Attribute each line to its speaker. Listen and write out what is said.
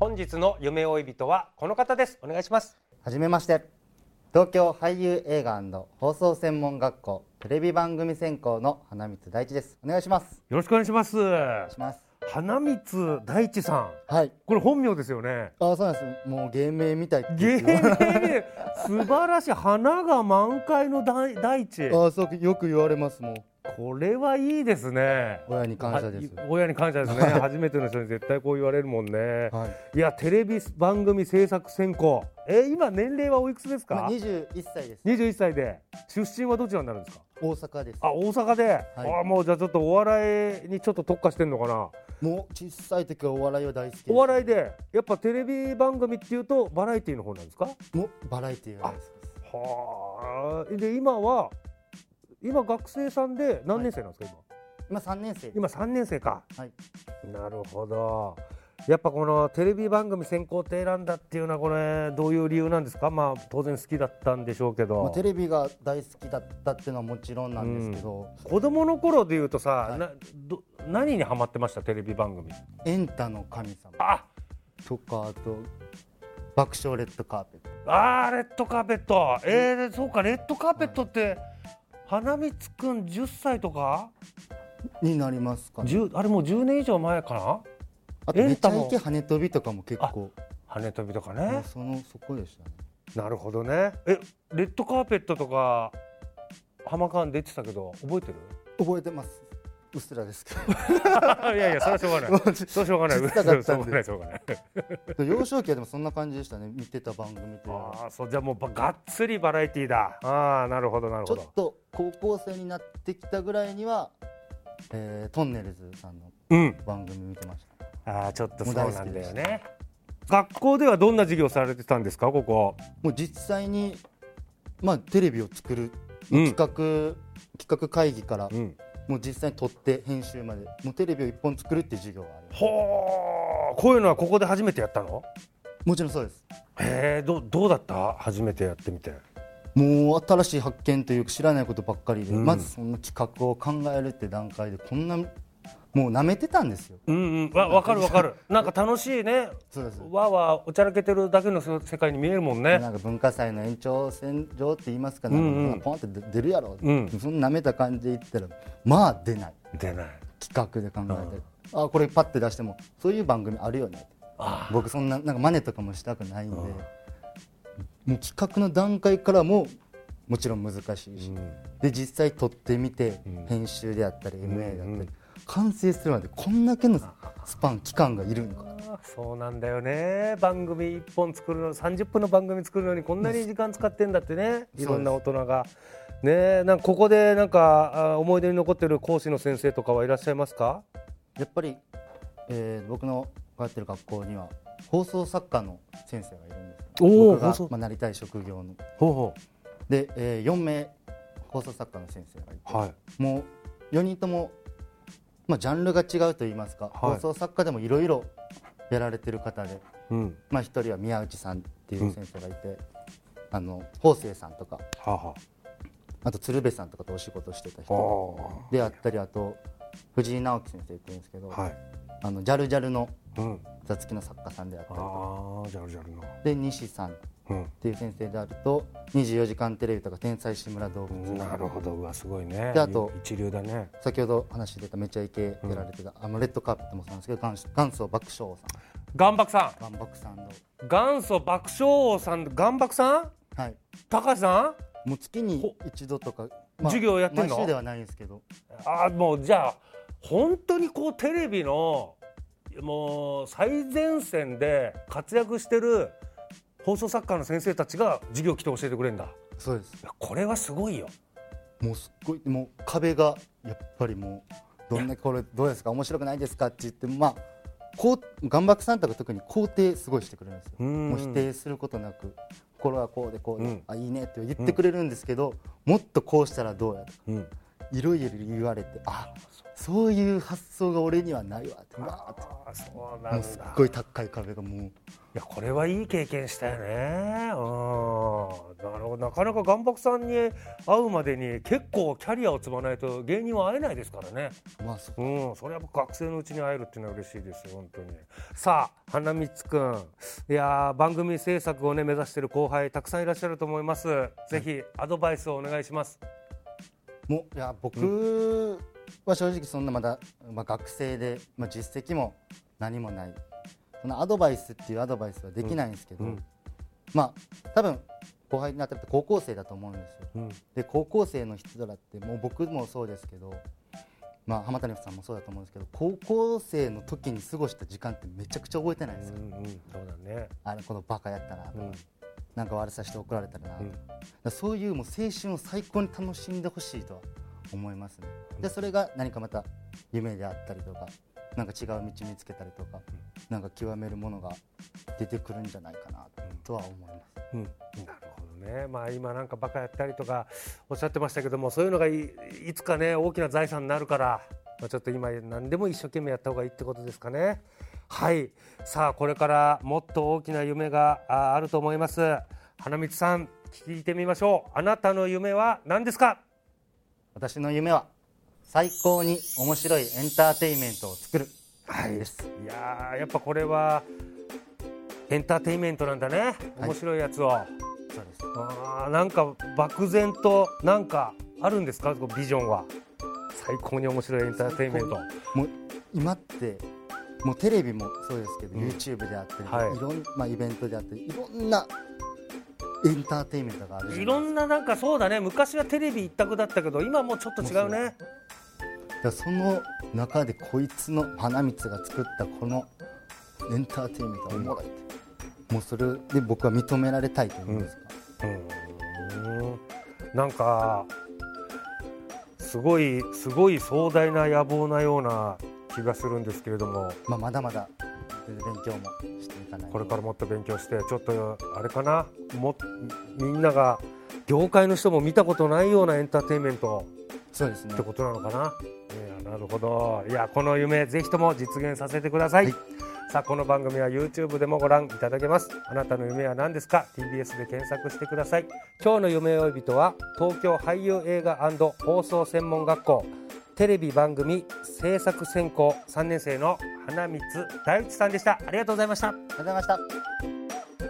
Speaker 1: 本日の夢追い人はこの方ですお願いします
Speaker 2: はじめまして東京俳優映画放送専門学校テレビ番組専攻の花光大地ですお願いします
Speaker 1: よろしくお願いします
Speaker 2: お願いします
Speaker 1: 花光大地さん
Speaker 2: はい
Speaker 1: これ本名ですよね
Speaker 2: あそうなんですもう芸名みたいって
Speaker 1: 芸
Speaker 2: 言って
Speaker 1: 名で素晴らしい花が満開の大大地
Speaker 2: あそうよく言われますもう
Speaker 1: これはいいですね
Speaker 2: 親に感謝です
Speaker 1: あ親に感謝 ですね初めての人に絶対こう言われるもんね、
Speaker 2: はい
Speaker 1: い、やテレビ番組制作専攻えー今年齢はおいくつです
Speaker 2: 今
Speaker 1: か
Speaker 2: 21歳です
Speaker 1: 21歳で出身はどちらになるんですか
Speaker 2: 大阪です
Speaker 1: あ大阪で、あもうじゃあちょっとお笑いにちょっと特化してんのかな
Speaker 2: もう小さい時はお笑いは大好きです
Speaker 1: お笑いでやっぱテレビ番組っていうとバラエティーの方なんですか
Speaker 2: もうバラエティーが大好きです
Speaker 1: はあで今は今学生さんで何年生なんですか、
Speaker 2: 今3年生
Speaker 1: 今今3年生か
Speaker 2: はい
Speaker 1: なるほど。やっぱこのテレビ番組選考って選んだっていうのはこれどういう理由なんですか。まあ当然好きだったんでしょうけど。
Speaker 2: まあ、テレビが大好きだったっていうのはもちろんなんですけど、
Speaker 1: 子供の頃で言うとさ、
Speaker 2: い
Speaker 1: など何にハマってましたテレビ番組。
Speaker 2: エンタの神様
Speaker 1: あ、
Speaker 2: とかあと爆笑レッドカーペット
Speaker 1: あーレッドカーペット。えー、そうかレッドカーペットって。花見つくん10歳とか
Speaker 2: になりますかね
Speaker 1: 10あれもう10年以上前か
Speaker 2: あと
Speaker 1: エン
Speaker 2: めち
Speaker 1: タ
Speaker 2: ゃ
Speaker 1: も
Speaker 2: イケ羽飛びとかも結構
Speaker 1: な羽飛びとか
Speaker 2: も
Speaker 1: ね
Speaker 2: うそのそこでしたね
Speaker 1: なるほどねえレッドカーペットとか浜間出てたけど覚えてる
Speaker 2: 覚えてますうっすらですけ
Speaker 1: いやいや、それはしょうが ない。 それはしょうがない。
Speaker 2: 聞きたかったんで
Speaker 1: しょうがない、しょうがない。
Speaker 2: ど幼少期はでもそんな感じでしたね見てた番組というのは
Speaker 1: ああ、そう、じゃあもうば、がっつりバラエティーだ。ああ、なるほど、なる
Speaker 2: ちょ
Speaker 1: ほ
Speaker 2: っ
Speaker 1: ど。
Speaker 2: と高校生になってきたぐらいには、えー、トンネルズさんの
Speaker 1: うん。
Speaker 2: 番組見てました
Speaker 1: ああ、ちょっとそうなんだよ
Speaker 2: もう大好きで
Speaker 1: ね。学校ではどんな授業されてたんですか、ここ。
Speaker 2: もう実際にまあテレビを作る
Speaker 1: うん
Speaker 2: 企。画、企画会議から、
Speaker 1: うん。
Speaker 2: もう実際に撮って編集までもうテレビを一本作るっていう授業はあります
Speaker 1: ほーこういうのはここで初めてやったの。
Speaker 2: もちろんそうです
Speaker 1: へえ、どう、どうだった、初めてやってみて。
Speaker 2: もう新しい発見というか知らないことばっかりで、
Speaker 1: うん
Speaker 2: まずその企画を考えるって段階でこんなもう舐めてたんですよ
Speaker 1: うん、うん、わ、わかる、わかる。なんか楽しいね。
Speaker 2: そうです
Speaker 1: わーわーおちゃらけてるだけの世界に見えるもんね
Speaker 2: な。んか文化祭の延長線上って言いますか、ね
Speaker 1: うんうん
Speaker 2: ポンって出出るやろ、
Speaker 1: うん
Speaker 2: そんな舐めた感じで言ったらまあ出ない
Speaker 1: 出ない。
Speaker 2: 企画で考えて、あこれパッて出してもそういう番組あるよね僕そんななんか真似とかもしたくないんで、もう企画の段階からももちろん難しいし、で実際撮ってみて、編集であったり MA だったり、完成するまでこんだけのスパン期間がいるのか
Speaker 1: そうなんだよね番組1本作るの30分の番組作るのにこんなに時間使ってんだってね
Speaker 2: うん
Speaker 1: いろんな大人が。ねえなんかここでなんかあ思い出に残ってる講師の先生とかはいらっしゃいますか
Speaker 2: やっぱり、えー僕の通ってる学校には放送作家の先生がいるんです
Speaker 1: おー
Speaker 2: 僕
Speaker 1: 放
Speaker 2: が
Speaker 1: 送、
Speaker 2: まあ、なりたい職業の
Speaker 1: ほうほ
Speaker 2: で、え4名放送作家の先生がいて、
Speaker 1: はい
Speaker 2: もう4人とも、まあ、ジャンルが違うと言いますか、
Speaker 1: はい
Speaker 2: 放送作家でもいろいろやられてる方で、
Speaker 1: うん
Speaker 2: まあ、1人は宮内さんっていう先生がいて、あの法政さんとか
Speaker 1: はあは
Speaker 2: あと鶴瓶さんとかとお仕事してた
Speaker 1: あ
Speaker 2: 人であったりあと藤井直樹先生っていうんですけど、
Speaker 1: はい
Speaker 2: あのジャルジャルの
Speaker 1: うん
Speaker 2: 座付きの作家さんであったりとか
Speaker 1: ああジャルジャルの
Speaker 2: で西さんっていう先生であると『24時間テレビ』とか『天才志村動物
Speaker 1: うん、なるほどうわすごいね
Speaker 2: であと
Speaker 1: 一流だね
Speaker 2: 先ほど話出ためちゃイケ出られてた、あのレッドカーペットもそうなんですけど元祖元祖爆笑さ
Speaker 1: 岩爆さ
Speaker 2: ん万博さんの
Speaker 1: ん元祖爆笑王さん岩爆さん
Speaker 2: はい
Speaker 1: 高橋さん
Speaker 2: もう月に一度とか、
Speaker 1: 授業やってんの
Speaker 2: 毎週ではないんですけど
Speaker 1: あーもうじゃあ本当にこうテレビのもう最前線で活躍してる放送作家の先生たちが授業来て教えてくれるんだい
Speaker 2: そうです
Speaker 1: やこれはすごいよ
Speaker 2: もうすっごいもう壁がやっぱりもうどんなこれどうですか面白くないですかって言ってまあこう岩博さんとか特に肯定すごいしてくれるんですよ
Speaker 1: うん
Speaker 2: もう否定することなくこれはこうでこうで、
Speaker 1: うん
Speaker 2: あいいねって言ってくれるんですけど、もっとこうしたらどうやとか
Speaker 1: うん
Speaker 2: いろいろ言われてあそういう発想が俺にはないわってわーって
Speaker 1: あそうな
Speaker 2: も
Speaker 1: んだ
Speaker 2: うすっ
Speaker 1: い
Speaker 2: ごい高い壁がもう
Speaker 1: やこれはいい経験したよねうんなるほどなかなか岩博さんに会うまでに結構キャリアを積まないと芸人は会えないですからね
Speaker 2: まあそう
Speaker 1: うん、それは僕学生のうちに会えるっていうのは嬉しいですよ本当にさあ花光くんいやー番組制作をね目指してる後輩たくさんいらっしゃると思いますぜひアドバイスをお願いします
Speaker 2: もういや僕は正直そんなまだ、まあ、学生で、まあ、実績も何もないそのアドバイスっていうアドバイスはできないんですけど、
Speaker 1: うんうん
Speaker 2: まあ多分後輩になってると高校生だと思うんですよ
Speaker 1: うん
Speaker 2: で高校生の人らってもう僕もそうですけど、まあ、浜谷さんもそうだと思うんですけど高校生の時に過ごした時間ってめちゃくちゃ覚えてないですよ、
Speaker 1: うんそうだね
Speaker 2: あれこのバカやったなとか、
Speaker 1: うん
Speaker 2: なんか悪さして怒られたらなとか,、
Speaker 1: うん
Speaker 2: そういうもう青春を最高に楽しんでほしいとは思いますねでそれが何かまた夢であったりとかなんか違う道見つけたりとか、なんか極めるものが出てくるんじゃないかなとは思います、
Speaker 1: うん、なるほどね、まあ、今なんかバカやったりとかおっしゃってましたけどもそういうのがいいつかね大きな財産になるから、まあ、ちょっと今何でも一生懸命やった方がいいってことですかね。はいさあこれからもっと大きな夢がああると思います花光さん聞いてみましょうあなたの夢は何ですか
Speaker 2: 私の夢は最高に面白いエンターテインメントを作るです、
Speaker 1: いやーやっぱこれはエンターテインメントなんだね
Speaker 2: はい
Speaker 1: 面白いやつを、
Speaker 2: そうです
Speaker 1: あーなんか漠然となんかあるんですかこうビジョンは最高に面白いエンターテインメント
Speaker 2: もう今ってもうテレビもそうですけど、
Speaker 1: うん
Speaker 2: YouTube であったり、
Speaker 1: はい
Speaker 2: い、ろんまあイベントであったりいろんなエンターテインメントがあるじゃない
Speaker 1: い
Speaker 2: です
Speaker 1: ろ
Speaker 2: か
Speaker 1: んななんかそうだね昔はテレビ一択だったけど今もうちょっと違うね
Speaker 2: だからその中でこいつの花光が作ったこのエンターテインメントはおもろいって、もうそれで僕は認められたいと思うんですか、
Speaker 1: うんなんかすごいすごい壮大な野望なような気がするんですけれども
Speaker 2: まあ、まだまだ全然勉強もしていかない
Speaker 1: ことれからもっと勉強してちょっとあれかなもみんなが業界の人も見たことないようなエンターテインメントを
Speaker 2: そうですね
Speaker 1: ってことなのかな。いやなるほど。いやこの夢ぜひとも実現させてください。
Speaker 2: はい
Speaker 1: さあこの番組は YouTube でもご覧いただけますあなたの夢は何ですか TBS で検索してください今日の夢追い人は東京俳優映画放送専門学校テレビ番組制作専攻3年生の花光大地さんでしたありがとうございました
Speaker 2: ありがとうございました